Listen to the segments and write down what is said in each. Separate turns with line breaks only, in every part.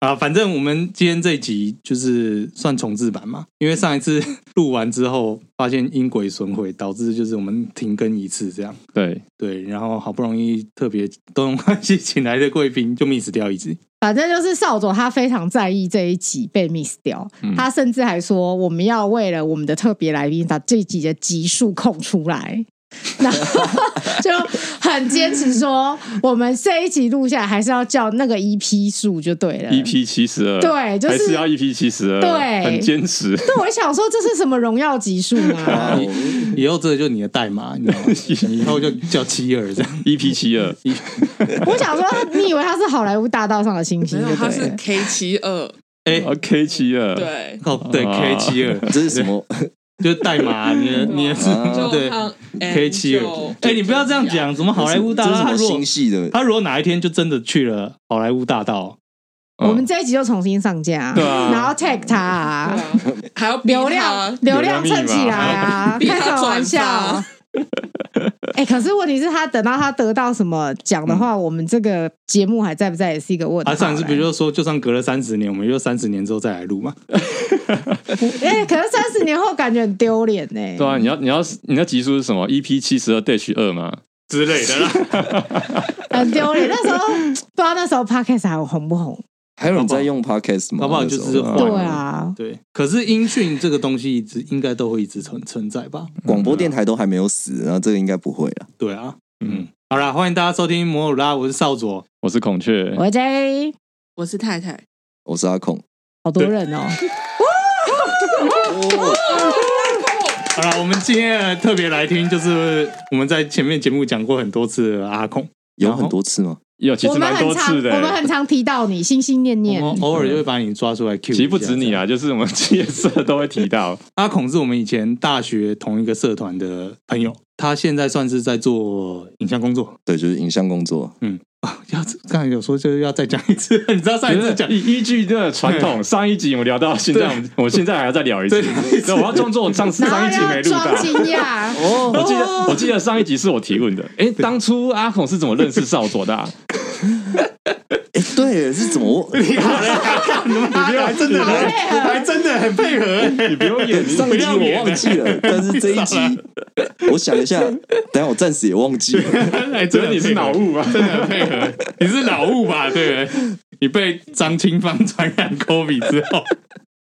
啊，反正我们今天这一集就是算重置版嘛，因为上一次 录完之后发现音轨损毁，导致就是我们停更一次这样。
对，
对，然后好不容易特别东东关系请来的贵宾就 miss 掉一集，
反正就是少佐他非常在意这一集被 miss 掉，
嗯
他甚至还说我们要为了我们的特别来宾把这一集的集数空出 来。然后就很坚持说，我们这一集录下来还是要叫那个 EP 数就对
E
了。
，EP 七十二，
对就是
还是要 EP 七十二，
对
很坚持，
对，我想说这是什么荣耀集数啊吗？
以后这就是你的代码，你知道吗？以后就叫妻儿这样。
EP 七 二，
我想说，你以为他是好莱坞大道上的星星
没
就对
有，
了？
他是 K 七二，
哎，
啊 K 七二，
对，
哦，对
啊
，K 七二
这是什么？
就是代码，你
哦
的你的是
啊
就
对
像
K 七二
Angel。
哎，你不要这样，讲，什么好莱坞大
这
道，
是什
他
么
如果
新戏的？
他如果哪一天就真的去了好莱坞大道，
哦
嗯
我们这一集就重新上架，
对啊
然后 tag 他、啊
对啊还要逼
流
他
量流量蹭起来啊，
流量密码
开什么玩笑
逼他转？
哎、可是问题是他等到他得到什么奖的话，我们这个节目还在不在也是一个问
啊
啊题。
他啊上一次不就说，就算隔了三十年，我们就三十年之后再来录嘛？
哎、可是三十年后感觉很丢脸呢。
对啊，你要你要你要集数是什么？EP 七十二 dash 二吗？
之类的啦。
很丢脸。那时候不知道那时候 podcast 还红不红？
还有人在用 podcast 吗？
搞不好
那时候
就是换
对 啊，
对，可是音讯这个东西一直应该都会一直存存在吧？
广播电台都还没有死，然后这个应该不会了。
对啊，
嗯
嗯，好啦，欢迎大家收听摩鲁拉，我是少佐。
我是孔雀，
我 J
我是太太，
我是阿孔，
好多人哦，
好啦，我们今天的特别来听就是我们在前面节目讲过很多次的阿孔，
有很多次吗？
有其
我
实
们
蛮多
很常
次的、欸哦
我们很常提到你，心心念
我
念。
们偶尔就会把你抓出来 Q。
其实不止你，啊，就是我们角色都会提到。
阿孔是我们以前大学同一个社团的朋友，他现在算是在做影像工作。
对，就是影像工作。
要刚才有说就是要再讲一次，你知道上一次讲
依依据这个传统，上一集我们聊到现在，我们我们现在还要再聊一次。 对，我要装作我上次
然
上一集
后
没
要
录到
装。惊讶，
哦
我记得我记得上一集是我提问的。哎，当初阿孔是怎么认识少佐 的啊？
哎，对，是怎 么？
还真的
好配合
还真的很配合。
你不用演，你
上
不
一集
要
我
演
忘记了，但是这一集 我想一下，等一下我暂时也忘记了。
哎，
觉得你是脑雾啊？
真的很配合，你是脑雾吧？对不对，你被张清芳传染 COVID 之后，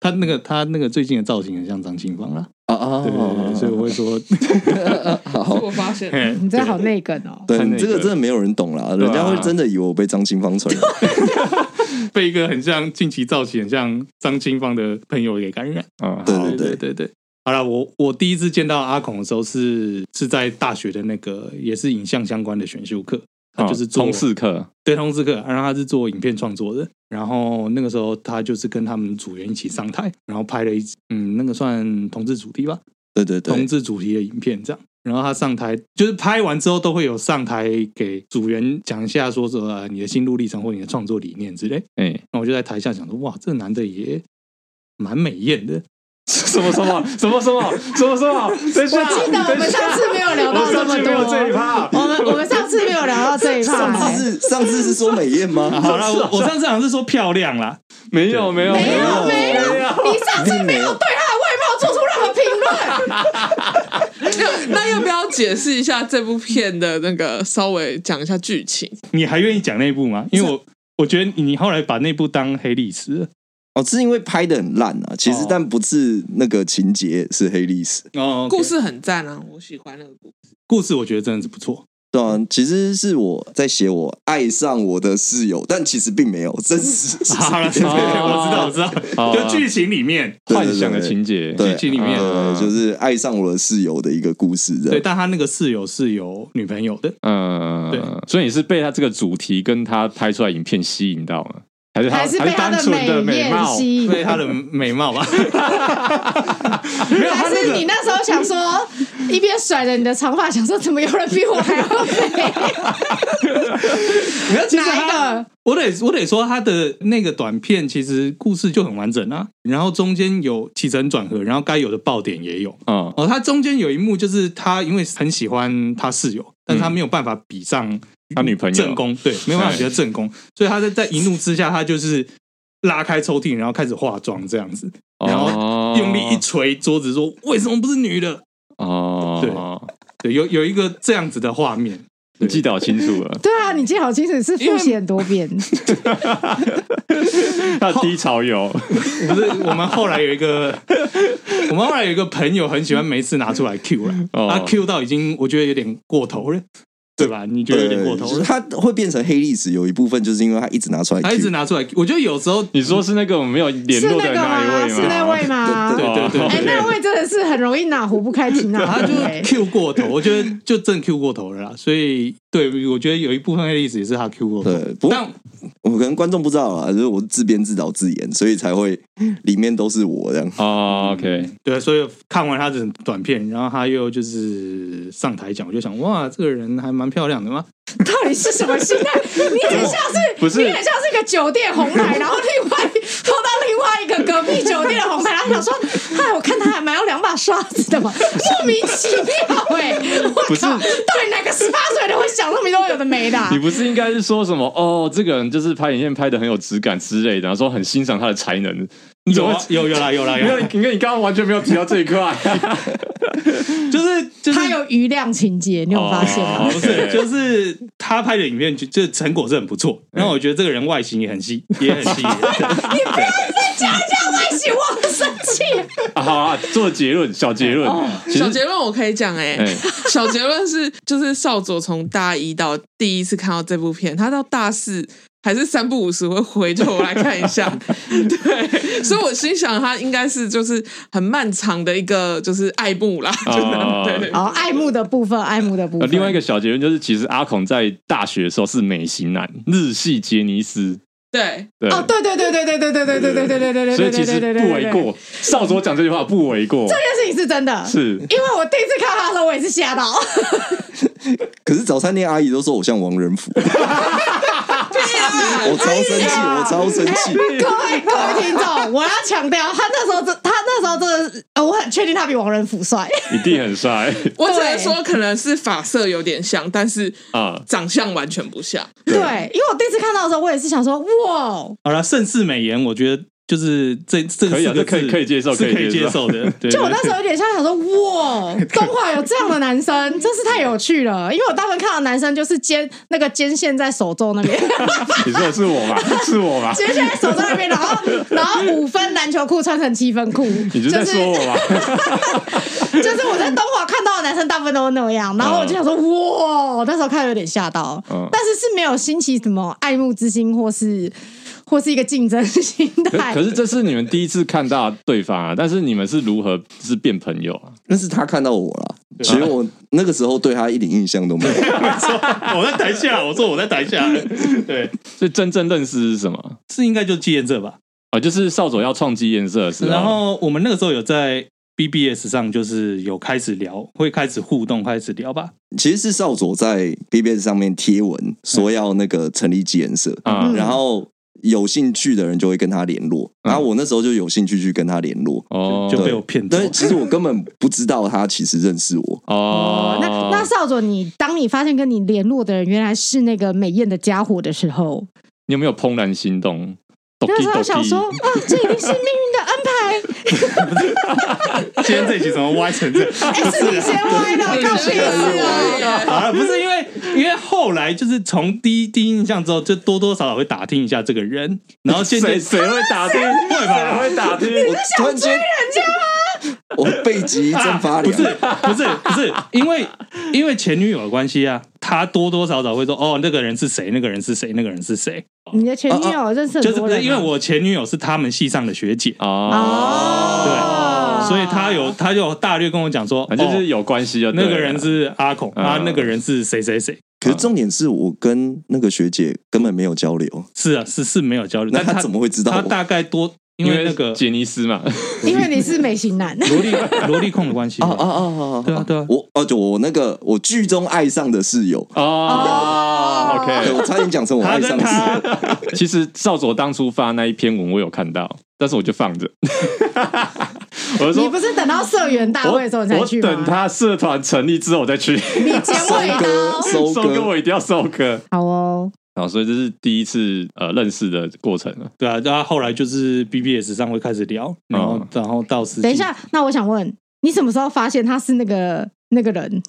他那个他那个最近的造型很像张清芳啦，
啊啊
对对对，所以我会 说，
是
好，
我发现
嘿
你真的好内梗哦。
对
太那个
你这个真的没有人懂
对
啦，
啊
人家会真的以为我被张清芳传染。
被一个很像近期造型很像张清芳的朋友给感染。哦
啊，
对
好
对对对对。好了，我我第一次见到阿孔的时候是是在大学的那个也是影像相关的选修课，他就是
哦
做
冲刺课，
对通知课，然后他是做影片创作的，然后那个时候他就是跟他们组员一起上台，然后拍了一嗯那个算同志主题吧，
对对
同
对，
志主题的影片这样。然后他上台就是拍完之后都会有上台给组员讲一下说说、呃、你的心路历程或你的创作理念之类。
哎，
那我就在台下想说，哇，这男的也蛮美艳的，
什么什么什么什么什么什么？等一下，
我记得我
等一
们
下
上次没有聊到这么
我上次没有这一
多，
趴。
我们我们上次没有聊到这一趴、
上
哎
次是上次是说美艳
啊
吗？
好啦，我我上次好像是说漂亮啦，
没有没有
没有没有，你上次没有对他的外貌做出任何评论。
那那要不要解释一下这部片的那个稍微讲一下剧情？
你还愿意讲那部吗？因为我我觉得你后来把那部当黑历史了
哦，是因为拍的很烂啊，其实
哦
但不是那个情节是黑历史，
哦
故事很赞啊，我喜欢那个故事。
故事我觉得真的是不错，
对啊，其实是我在写我爱上我的室友，但其实并没有，真实 是
好了，对对对我知道，我知道，
哦
就剧情里面，
幻想的情嗯节，
对
剧情里面嗯
呃，就是爱上我的室友的一个故事，这
对，
样。
但他那个室友是有女朋友的，
嗯，
对
所以你是被他这个主题跟他拍出来影片吸引到了，还是他
还是被他
单
的
纯的美
艳
貌？
吸引，
对他的美貌吧，没有他
还
那
是
个
你那时候想说，一边甩着你的长发，想说怎么有人比我还要美？
没有，其实
哪
他
一个
我得我得说他的那个短片其实故事就很完整啊，然后中间有起承转合，然后该有的爆点也有。
嗯，
哦，他中间有一幕就是他因为很喜欢他室友，但是他没有办法比上
他女朋友
正宫，对，没有办法比较正宫，所以他在在一怒之下，他就是拉开抽屉，然后开始化妆这样子，然
后
用力一捶桌子说：“为什么不是女的
哦，
对对，有有一个这样子的画面，
你记得好清楚了，
对啊，你记好清楚是复习很多遍，
他的低潮有，
不是我们后来有一 个，我们后来有一个朋友很喜欢每次拿出来 Q 了，
哦
他 Q 到已经我觉得有点过头了，对吧？你觉得有点过头
就是
了？
它会变成黑历史，有一部分就是因为他一直拿出来 Q，
他一直拿出来，我觉得有时候
你说是那个我们没有联
是
络
那
的
个
那
吗？
一位吗？
是那位吗？
对对对
哦
哎，那位真的是很容易哪壶不开提哪
他
壶
就
哎
Q 过头，我觉得就真 Q 过头了啦。所以对，我觉得有一部分黑历史也是他 Q 过头。
对，不过
哦但
我可能观众不知道啊，就是我自编自导自演，所以才会 里面都是我这样。
哦，OK，
对，所以看完他的短片，然后他又就是上台讲，我就想，哇，这个人还蛮漂亮的嘛。
到底是什么心态？你很像是，
不是
你很像是一个酒店红牌，然后另外碰到另外一个隔壁酒店的红牌，然后想说，嗨，我看他还蛮有两把刷子的嘛，莫名其妙哎、我
不是
靠，到底哪个十八岁的会想那么多有的没的啊、
你不是应该是说什么哦？这个人就是拍影片拍的很有质感之类的，然后说很欣赏他的才能。你怎
有
么
啊有有啦有啦
没
有
有，
啦，
因为你刚刚完全没有提到这一块，
就是就是
他有余量情节，你有发现吗？
哦
不是，就是他拍的影片就就成果是很不错。
嗯
然后我觉得这个人外形也很 吸，也很吸引人。
讲一讲外形，我很生气。
啊好啊，做结论，小结论，
哦
其
小
实
结论我可以讲哎、
哎
小结论是就是少佐从大一到第一次看到这部片，他到大四还是三不五时会回头来看一 下，对，所以我心想他应该是就是很漫长的一个就是爱慕啦，
哦
真的，对对对
好，爱慕的部分，爱慕的部
呃
分。
另外一个小结论就是，其实阿孔在大学的时候是美型男，日系杰尼斯，
对，
对，
哦，对对对对对对对对对对对对对对，
所以其实不为
对。对对
过。少佐讲这句话不为过，
这件事情是真的，
是
因为我第一次看他的时候，我也是吓到。
可是早餐店阿姨都说我像王 仁福，我超生气，
哎呀
我 超生气。
各位各位听众，我要强调，他那时候真，他那时候真的是，呃，我很确定他比王仁甫帅。
一定很帅
我只能
对
说可能是发色有点像，但是
啊！
长相完全不像。
对，因为我第一次看到的时候，我也是想说，哇，
好了，盛世美颜，我觉得就是这这
可以啊
四个
这可以
字
可以接受
是可
可以
以
接
接
受
受 的。对
就我那时候有点像想说，哇，东华有这样的男生，真是太有趣了。因为我大部分看到的男生就是肩那个肩线在手肘那边，
你说的是我吧？是我吧？
肩线在手肘那边，然后然后五分篮球裤穿成七分裤，
你就在
是
说我吧？
就是我在东华看到的男生大部分都是那样，然后我就想说，
嗯
哇，那时候看了有点吓到，
嗯
但是是没有兴起什么爱慕之心，或是或是一个竞争心
可
态。
可是这是你们第一次看到对方啊，但是你们是如何是变朋友啊？
那是他看到我了，
啊
其实我那个时候对他一点印象都没有。
我在台下，我说我在台下，对，
所以真正认识是什么？
是应该就纪念这吧。
哦，就是少佐要创基颜色的时候，
然后我们那个时候有在 BBS 上，就是有开始聊，会开始互动，开始聊吧。
其实是少佐在 BBS 上面贴
嗯
文说要那个成立基研社，
啊
嗯
然后有兴趣的人就会跟他联络，
嗯
然后我那时候就有兴趣去跟他联络，
哦
就被我骗走
但。是其实我根本不知道他其实认识我。
哦
哦，，那那少佐，你当你发现跟你联络的人原来是那个美艳的家伙的时候，
你有没有怦然心动？抖
那
地
时
抖
候想
地
说，啊，这一定是命运的安排，
今天这集怎么歪成这样？啊
哎，是你先歪的，告诉你 是啊。
好了，不是因为，因为后来就是从第一第一印象之后，就多多少少会打听一下这个人，然后啊渐
谁
渐
谁会 打听？
会吧
谁会打听？
我突然间， 我背脊一阵发
啊不
啊
凉。
是不是不是，因为因为前女友的关系啊，他多多少少会说哦，那个人是谁，那个人是谁，那个人是谁，
你的前女友认识
哦就
很
是
多
不
人啊，
是因为我前女友是他们系上的学姐，
啊哦，
哦，
所以他有他就大略跟我讲说，
反正就是
哦
有啊关系的。
那个人是阿孔，
嗯
啊，那个人是谁谁谁，
可是重点是我跟那个学姐根本没有交流，
是啊是是没有交流，
那
但他
她怎么会知道
他
我
大概多因
因
为
为
那个
杰尼斯嘛，
因为你是美型男，
萝莉 萝莉控的关系
哦
吧
哦哦哦，
对啊对啊
我哦就我那个我剧中爱上的室友，
哦
对
，OK。
哎我差点讲成我
他
爱上
跟
的室友。
他
其实少佐当初发那一篇文，我有看到，但是我就放着。
你
我就说
不，是等到社员大
我
会的时候你才
我
去吗？
等他社 团成立之后我再去。
你剪尾刀。
收割
收割我一定要收割。
好哦，
好，所以这是第一次呃认识的过程了。
对啊，然后后来就是 BBS 上会开始聊，然后、
嗯
然后到十，
等一，下，那我想问，你什么时候发现他是那个那个人？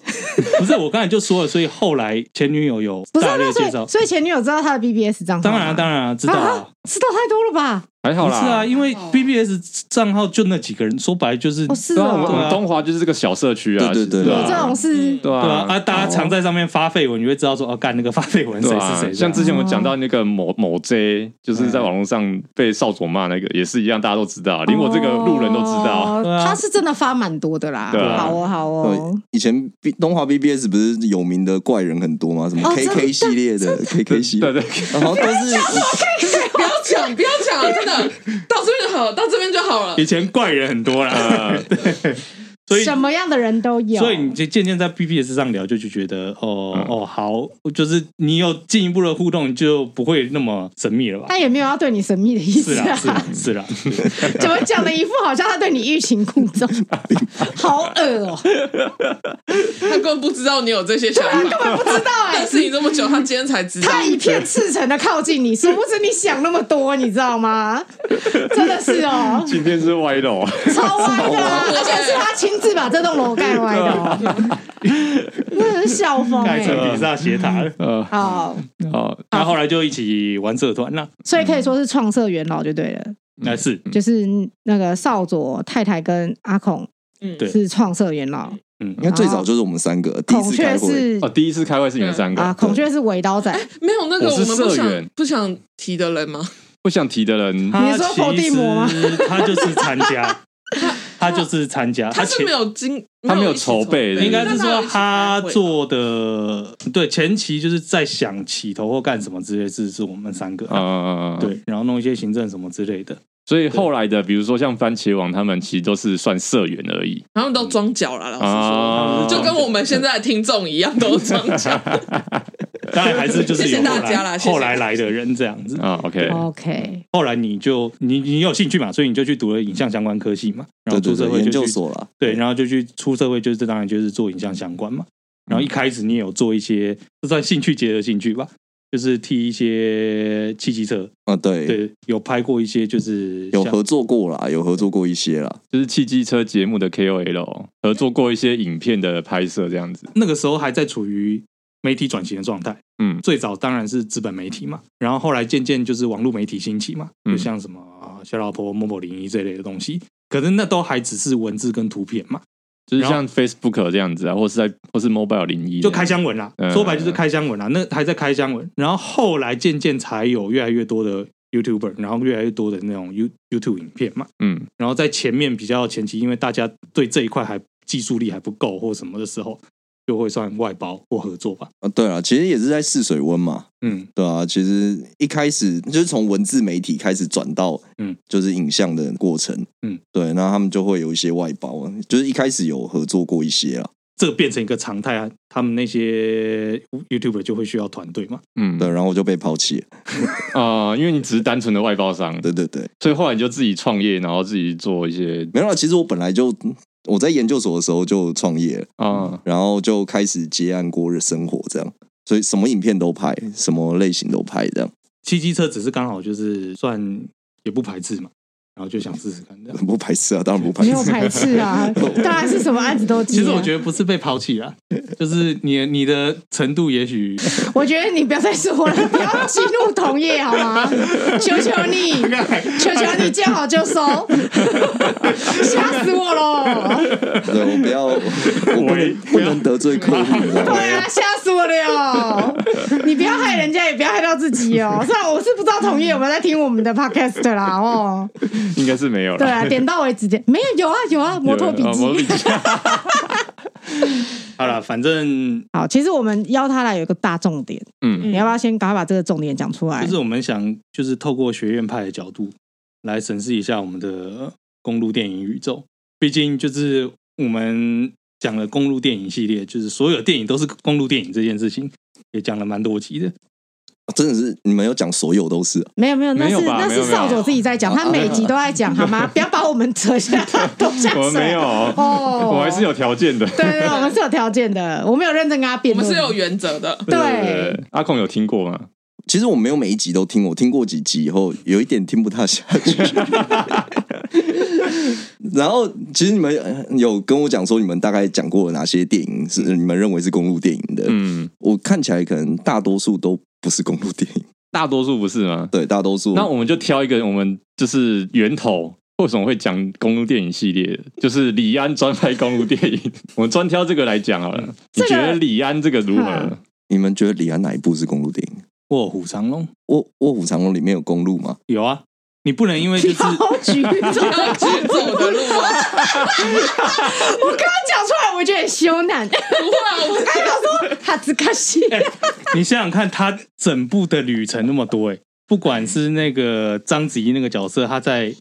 不是我刚才就说了，所以后来前女友有
不是
大
啊，
略
那所
介绍
以，所以前女友知道他的 BBS 账号
当然啊当
然
然啊，知道啊
啊，知道太多了吧？
还好
不是
啦，
啊，因为
还好
BBS 账号就那几个人，说白了就是
哦，是
对啊，我们
对
我
啊
们东华就是这个小社区啊，
对对对
其实
有
啊
这种事，
对
对啊，
啊
啊，大家常在上面发绯闻，你会知道说哦，干那个发绯闻谁
对
是
啊
谁，这
像
样
之前我讲到那个某某 J，就是在网络上被少佐骂那个，也是一样，大家都知道，啊连我这个路人都知道。
嗯哦
对啊
他是真的发蛮多的啦
对。啊
好哦，好 哦
对。，以前 B 东华 BBS 不是有名的怪人很多吗？什么
哦真
KK
的
系列的 KK 系
对
列，
对，
然后都是
不要讲，不要讲，真的，到这边就好，到这边就好了
以。前怪人很多啦，
呃，
所以
什么样的人都有，
所以你就渐渐在 BBS 上聊，就就觉得哦、
嗯
哦好，就是你有进一步的互动，你就不会那么神秘了吧？
他也没有要对你神秘的意
是
思
啦，
啊，
是啦，是啊啦，
怎么讲的一副好像他对你欲擒故纵，好恶哦，
他根本不知道你有这些想
他根
法，
本不知道哎
但，是你这么久，他今天才知道。
他一片赤诚的靠近你，殊不知你想那么多，你知道吗？真的是哦，
今天是歪楼，
超歪的、啊，而且是他亲自把这栋楼盖歪的、哦，那很笑风 哎、
盖成比萨斜塔了。
呃，哦
好，
好，
那后来就一起玩社团，那
所以可以说是创社元老就对了，
那是
就是那个少佐太太跟阿孔
嗯
对
是创社元老，
应该最早就是我们三个第一
孔
次
雀
开会，
是
哦，第一次开会是你们三
啊，
个，
孔雀是围刀仔，
没有那个
我
我
是
们不
社员
想不想提的人吗？
不想提的 人，
他
说
其
伏地魔吗
实他就是参 加，他就是参加，
他是
前
没有经，
他没有
一起
筹备的
应该是
那哪
说
有一起
他
开会
做的对前期就是在想起头或干什么之类的事，是我们三个、
呃，，
对，然后弄一些行政什么之类的，
所以后来的，比如说像番茄王他们，其实都是算社员而已
他们都装脚
哦
了，老实说。
啊，
就跟我们现在的听众一样，都装脚。
当然还是就是有
谢谢
后来
大家啦谢谢
后来来的人这样子。
啊，OK，
哦，OK，
后来你就你你有兴趣嘛，所以你就去读了影像相关科系嘛，然后出
对对
社
对，
会
研
就
究
去
所啦，
对，然后就去出社会，就是当然就是做影像相关嘛。然后一开始你也有做一些，这算兴趣结合兴趣吧，就是替一些汽机车，
啊对，
对，有拍过一些就是
有
像
合作过啦，有合作过一些啦，
就是汽机车节目的 KOL 合作过一些影片的拍摄这样子，
那个时候还在处于媒体转型的状态。
嗯
最早当然是资本媒体嘛，然后后来渐渐就是网络媒体兴起嘛，
嗯
就像什么啊小老婆、某某零一这类的东西。可是那都还只是文字跟图片嘛，
就是像 Facebook 这样子啊，或是在或是 Mobile 零一
就开箱文啦。
嗯
说白就是开箱文啦，那还在开箱文。然后后来渐渐才有越来越多的 YouTuber，然后越来越多的那种 You YouTube 影片嘛。
嗯
然后在前面比较前期，因为大家对这一块还技术力还不够或什么的时候，就会算外包或合作吧。
啊对啦，其实也是在试水温嘛，
嗯，
对啊，其实一开始就是从文字媒体开始转到，
嗯
嗯，就是影像的过程，
嗯
嗯，对，那他们就会有一些外包啊，就是一开始有合作过一些啦，
这变成一个常态啊。他们那些 YouTuber 就会需要团队嘛。
嗯，
对，然后我就被抛弃了，
啊、因为你只是单纯的外包商，
对对对，
所以后来你就自己创业，然后自己做一些
没有啦，其实我本来就我在研究所的时候就创业了，
啊，
然后就开始接案过日生活这样，所以什么影片都拍，什么类型都拍这样，
骑机车只是刚好就是算也不排斥嘛，然后就想试试看这样。
不排斥啊，当然不排
没有
斥，
排斥啊，当然是什么案子都接、
其
啊。
实我觉得不是被抛弃啦，就是你你的程度也许
我觉得你不要再说了，不要激怒同业好 吗？求求你，求求你见好就 收，吓死我喽！
对我不要，我不能不能得罪客户，你知道吗？
对啊，吓死我了哟！你不要害人家，也不要害到自己哦。虽然我是不知道同业有没有在听我们的 podcast 啦，哦，
应该是没有了。
对啊，点到为止点，没有有啊有啊，摩托笔
啊摩托
记
笔。记
好了，反正
好，其实我们邀他来有一个大重点， 你
嗯，
要不要先赶快把这个重点讲出来？
就是我们想就是透过学院派的角度来审视一下我们的公路电影宇宙，毕竟就是我们讲了公路电影系列，就是所有电影都是公路电影这件事情，也讲了蛮多集的。
真的是你们有讲所有都是、啊，
没有没有，那
没有
是
吧
那
没有
是
没有哦
少佐自己在讲，他每集都在讲，好 吗？不要把我们扯下都下
我们
水。
没有，
哦，
我还是。有条件的。
对对对，我们是有条件的，我们有认真跟他
我
辩
们
论。
是有原则的。
对，
阿孔有听过吗？
其实我没有每一集都听，我听过几集以后，有一点听不太下去。然后，其实你们呃有跟我讲说，你们大概讲过哪些电影是你们认为是公路电影的？
嗯，
我看起来可能大多数都不是公路电影，
大多数不是吗？
对，大多数。
那我们就挑一个，我们就是源头。为什么会讲公路电影系列？就是李安专拍公路电影， 我们专挑这个来讲好了。你
嗯这个
觉得李安这个如何
嗯？
你们觉得李安哪一部是公路电影？
卧虎藏龙
卧《卧虎藏龙》里面有公路吗？
有啊，你不能因为就是
镖局走
要去走的路啊，
我刚刚讲出来，我觉得很羞赧。
不会啊，我
还想说哈兹卡西，
你想想看，他整部的旅程那么多、欸，不管是那个章子怡那个角色，他在，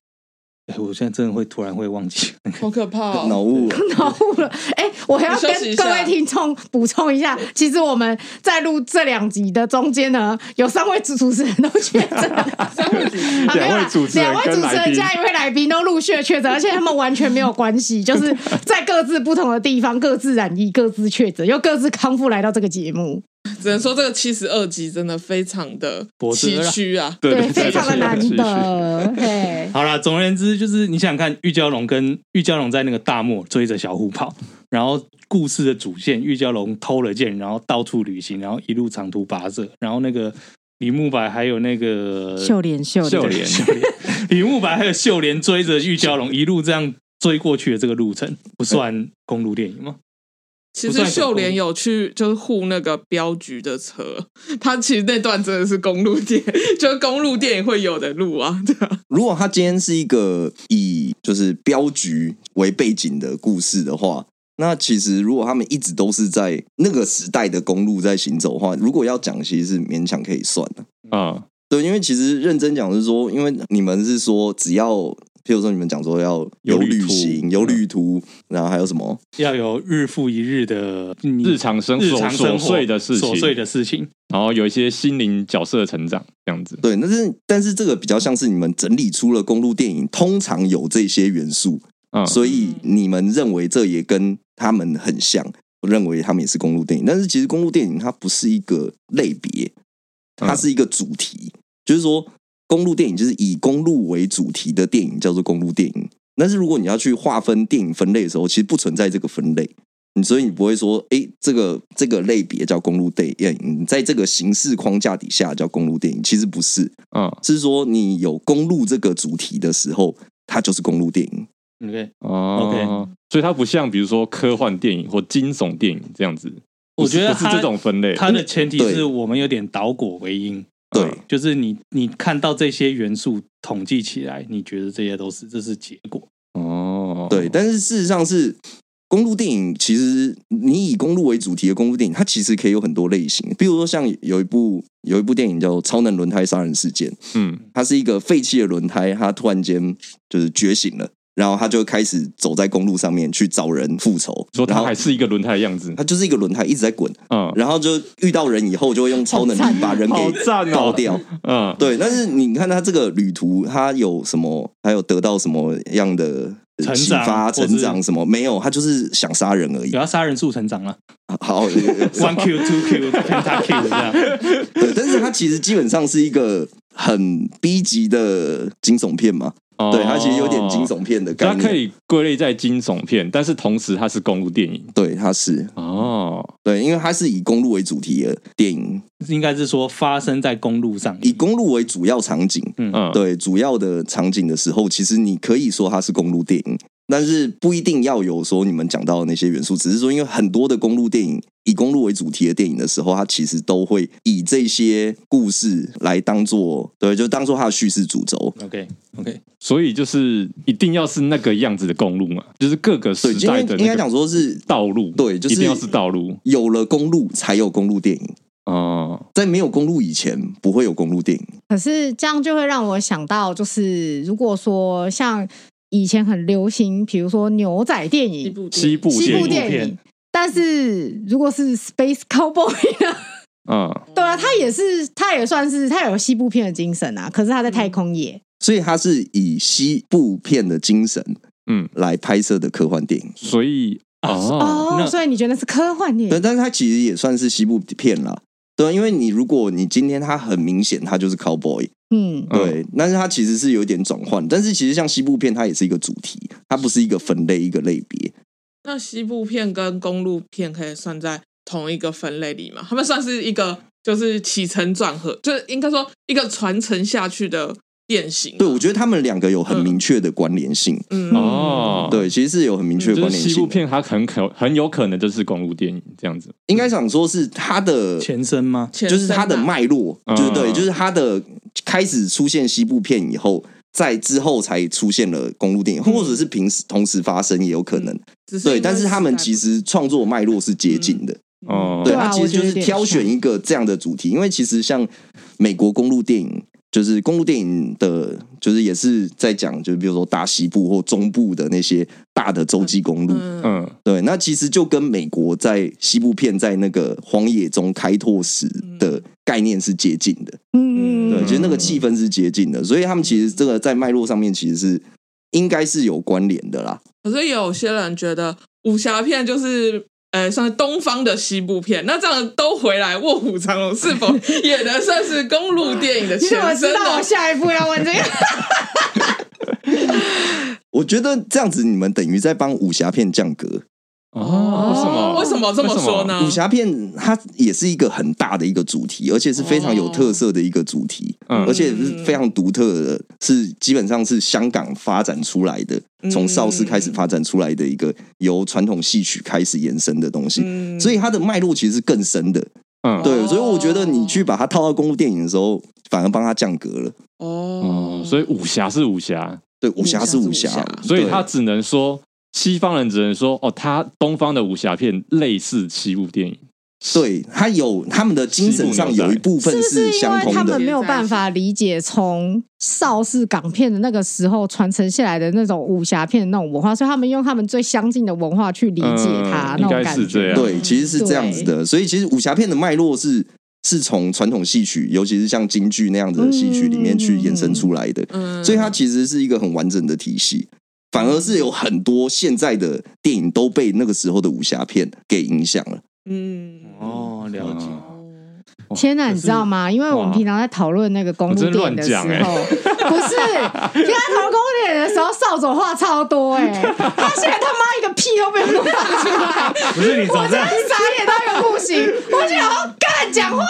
哎、我现在真的会突然会忘 记，
好可怕哦！
脑雾。
脑雾了。哎、我还要
你休息
跟
一下
各位听众补充一下，其实我们在录这两集的中间呢，有三位主主持人都确诊了。
三位主持人
啊没有啦
两位主持人
两位主持
跟来
人
宾
加一位来宾都陆续地确诊，而且他们完全没有关 系，就是在各自不同的地方各自染疫、各自确诊，又各自康复来到这个节目，
只能说这个七十二集真的非常的
脖子
崎
了啦
岖啊，
对
对，非常的难。
对对对
得。 嘿，
好啦，总而言之，就是你想想看，玉娇龙跟玉娇龙在那个大漠追着小虎跑，然后故事的主线，玉娇龙偷了剑，然后到处旅行，然后一路长途跋涉，然后那个李慕白还有那个
秀莲，秀
秀
莲，
莲，
李慕白还有秀莲追着玉娇龙一路这样追过去的这个路程，不算公路电影吗？
其
不
实
算小
秀
公
莲有去就是护那个镖局的车，他其实那段真的是公路电， 就是公路电影会有的路啊，对啊，
如果他今天是一个以就是镖局为背景的故事的话，那其实如果他们一直都是在那个时代的公路在行走的话，如果要讲，其实是勉强可以算的。
啊，
对，因为其实认真讲是说，因为你们是说只要，譬如说你们讲说要有旅行、有
有旅途
旅途，然后还有什么？
要有日复一日的你
日常生
日
所
常生活
琐碎的事情，
琐碎的事情。
然后有一些心灵角色的成长，这样子。
对，但是但是这个比较像是你们整理出了公路电影通常有这些元素，
嗯，
所以你们认为这也跟他们很像，我认为他们也是公路电影，但是其实公路电影它不是一个类别，它是一个主题，就是说公路电影就是以公路为主题的电影叫做公路电影，但是如果你要去划分电影分类的时候，其实不存在这个分类。你所以你不会说，诶，这个这个类别叫公路电影，在这个形式框架底下叫公路电影，其实不是，
嗯
是说你有公路这个主题的时候，它就是公路电影。
OK，
哦所以它不像比如说科幻电影或惊悚电影这样子，
我觉得
不是不是
它
这种分类，
它的前提
对
是我们有点导果为因，
对
嗯
就是你你看到这些元素统计起来，你觉得这些都是这是结果。
哦，
对，但是事实上是公路电影，其实你以公路为主题的公路电影，它其实可以有很多类型，比如说像有一部有一部电影叫《超能轮胎杀人事件》，
嗯
它是一个废弃的轮胎，它突然间就是觉醒了，然后它就开始走在公路上面去找人复仇，
说
然
它
后
还是一个轮胎的样子，
它就是一个轮胎一直在滚，
嗯
然后就遇到人以后就会用超能
好
力
赞
把人
好
给
赞哦
倒掉。
嗯，
对，但是你看他这个旅途，他有什么？还有得到什么样的呃
成
启
长
发、
或是
成长什么？没有，他就是想杀人而已
有。要杀人数成长了
好，
，one Q two Q penta Q 这样。
对，但是他其实基本上是一个很 B 级的惊悚片嘛。
哦
对，他其实有点惊，悚片的
它
啊
概念。
可，以归类在惊悚片，但是同时它是公路电影
对，他是
哦，
对，因为他是以公路为主题的电影，
应该是说发生在公路上，
以公路为主要场景。
嗯，
对主要的场景的时候，其实你可以说它是公路电影，但是不一定要有说你们讲到的那些元素，只是说因为很多的公路电影以公路为主题的电影的时候，它其实都会以这些故事来当做对，就当做它的叙事主轴。
OK OK，
所以就是一定要是那个样子的公路嘛，就是各个
对，
时
今
代
天
的
应
那
该讲
个
说是
道路，
对就是
一定要是道路
有了公路才有公路电影，
哦，
在没有公路以前不会有公路电影。
可是这样就会让我想到，就是如果说像以前很流行，比如说牛仔电
一
影、
部
西部
西
电
部
影，
西部
电影
片，
但是如果是 Space Cowboy 呢？
嗯，
对啊，它也是，它也算是它有西部片的精神啊。可是它在太空也，
所以它是以西部片的精神，
嗯，
来拍摄的科幻电影。
所以
啊
哦，
哦，
那
所以你觉得是科幻电
嗯
对，
影？
但是它其实也算是西部片啦，对啊，因为你如果你今天他很明显他就是 cowboy，
嗯，
对，但是它其实是有一点转换，但是其实像西部片它也是一个主题，它不是一个分类一个类别，
那西部片跟公路片可以算在同一个分类里吗？他们算是一个就是起承转合，就是应该说一个传承下去的电型。
嗯
对，我觉得他们两个有很明确的关联性。
嗯，
哦，，
对，其实是有很明确的
就
关
是
联
西部
性的。
片，它很可很有可能就是公路电影这样子。
应该想说是它的，
前身吗？
前
就是它的
身啊
脉络，
嗯
就是对，就是它的开始出现西部片以后，在之后才出现了公路电影，或者是平时同时发生也有可能。
只是
对，
因为
但是他们其实创作脉络是接近的。
哦，
对，
对啊
它其
我
实
觉
就
得
是
有点
挑选一个这样的主题，因为其实像美国公路电影，就是公路电影的，就是也是在讲，就是比如说大西部或中部的那些大的洲际公路。
嗯，
嗯，
对，那其实就跟美国在西部片在那个荒野中开拓时的概念是接近的，
嗯，
对，
嗯
其实那个气氛是接近的，所以他们其实这个在脉络上面其实是应该是有关联的啦。
可是有些人觉得武侠片就是。呃，算是东方的西部片，那这样都回来，《卧虎藏龙》是否也能算是公路电影 的
你
前
怎么知
身
道我
呢？
下一步要问这个？
我觉得这样子你们等于在帮武侠片降格，
哦，为什么？
为什么这么说呢？
武侠片它也是一个很大的一个主题，而且是非常有特色的一个主题，
嗯
而且是非常独特的，是基本上是香港发展出来的，
嗯
从邵氏开始发展出来的一个由传统戏曲开始延伸的东西，
嗯
所以它的脉络其实是更深的。
嗯，
对，
哦
所以我觉得你去把它套到公路电影的时候，反而帮它降格了。
哦
哦，，所
以
以武侠是武侠，
对，武侠是武侠
武侠是武，侠
所以
对
他只能说西方人只能说哦，他东方的武侠片类似西部 电影。
对它有他们的精神上有一部分
不是因
相
为
通
他们
的。
没有办法理解从邵氏港片的那个时候传承下来的那种武侠片的那种文化，所以他们用他们最相近的文化去理解它，那
嗯应
种
该
感
是这
觉。
样
对，其实是这样子的。所以其实武侠片的脉络是是从传统戏曲，尤其是像京剧那样子的戏曲里面去衍生出来的，
嗯
所以它其实是一个很完整的体系。反而是有很多现在的电影都被那个时候的武侠片给影响了。
嗯，
哦，了解。
嗯
天哪，
可
你
是
知道吗？因为我们
哇
平常在讨论那个公路
我真
电
的
影
乱
的时候，
讲欸
不是平常讨论公路电影的时候，少佐话超多哎、他现在他妈一个屁都没有放出来，
不是你怎么
我
这
真
样
的傻眼到一个不行，我就想要干讲话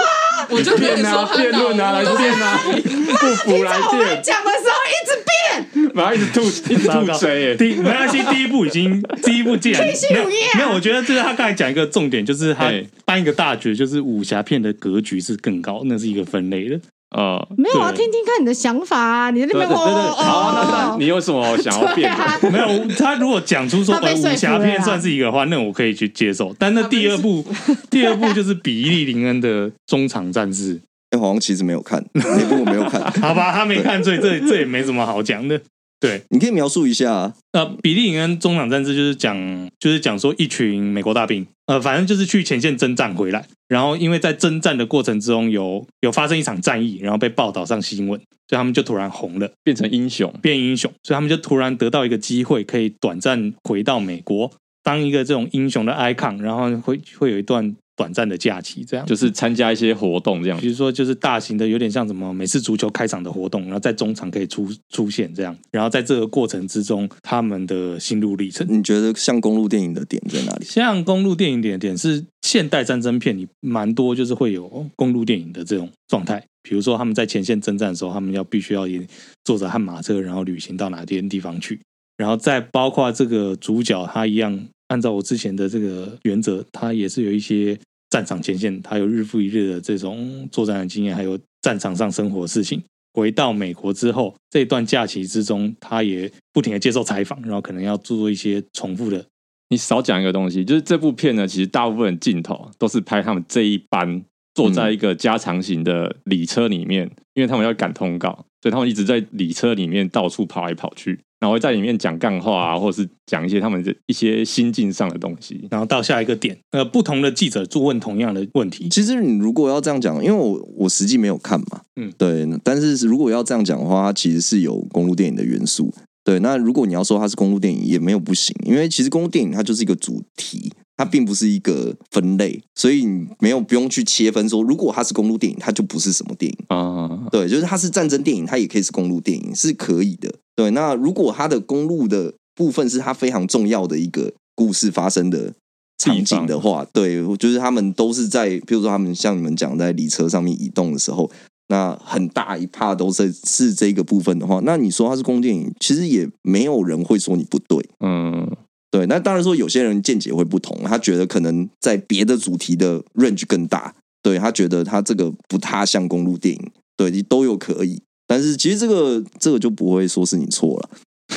我就跟你
辩
说
啊，
他
辩论啊，
脑
来
雾
辩啊，不 服来
我在
辩，
讲的时候一直变。
然后一直吐，一 直
糟
吐
糕
谁？
第没关系，第一步已经第一步既然
去西
没有
武夜啊
没有，我觉得这是他刚才讲一个重点，就是他
哎
搬一个大局，就是武侠片的格局是更高，那是一个分类的。
哦，
没有，我要啊
对
听听看你的想法啊！你在那
对
边
对对
哦
对，
哦
好，那那
哦
你有什么想要
对
辩的？
啊，
没有，他如果讲出说
他被
呃
说服
武侠
了啊
片
啦
算是一个的话，那我可以去接受。但那第二部，第二部就是比利林恩的中场战事，
哎、好像其实没有看那部，我没有看。
好吧，他没看，所以这这也没什么好讲的。对，
你可以描述一下啊，
呃，比利林恩中场战事就是讲，就是讲说一群美国大兵，呃，反正就是去前线征战回来，然后因为在征战的过程之中有有发生一场战役，然后被报道上新闻，所以他们就突然红了，
变成英雄，
变英雄，所以他们就突然得到一个机会，可以短暂回到美国，当一个这种英雄的 icon，然后会会有一段短暂的假期，这样。
就是参加一些活动这样
比。如说，就是大型的，有点像什么美式足球开场的活动，然后在中场可以出出现这样，然后在这个过程之中，他们的心路历程。
你觉得像公路电影的点在哪里？
像公路电影点点是现代战争片里蛮多，就是会有公路电影的这种状态。比如说他们在前线征战的时候，他们要必须要也坐着悍马车，然后旅行到哪边地方去，然后再包括这个主角他一样，按照我之前的这个原则，他也是有一些战场前线，他有日复一日的这种作战的经验，还有战场上生活的事情。回到美国之后，这段假期之中，他也不停的接受采访，然后可能要做一些重复的
你少讲一个东西，就是这部片呢，其实大部分镜头都是拍他们这一班坐在一个加长型的礼车里面，因为他们要赶通告，所以他们一直在礼车里面到处跑来跑去，然后会在里面讲干话啊，或者是讲一些他们的一些心境上的东西。
然后到下一个点，呃，不同的记者就问同样的问题，
其实你如果要这样讲，因为我我实际没有看嘛，
嗯
对。但是如果要这样讲的话，它其实是有公路电影的元素。对，那如果你要说它是公路电影，也没有不行，因为其实公路电影它就是一个主题，它并不是一个分类，所以你没有不用去切分说，如果它是公路电影，它就不是什么电影。
啊，
对，就是它是战争电影，它也可以是公路电影，是可以的。对，那如果它的公路的部分是它非常重要的一个故事发生的场景的话，对，我就是他们都是在，比如说他们像你们讲在离车上面移动的时候，那很大一帕都是是这个部分的话，那你说它是公路电影，其实也没有人会说你不对。
嗯，
对，那当然说有些人见解会不同，他觉得可能在别的主题的 range 更大，对他觉得他这个不太像公路电影，对，都有可以。但是其实这个这个就不会说是你错了，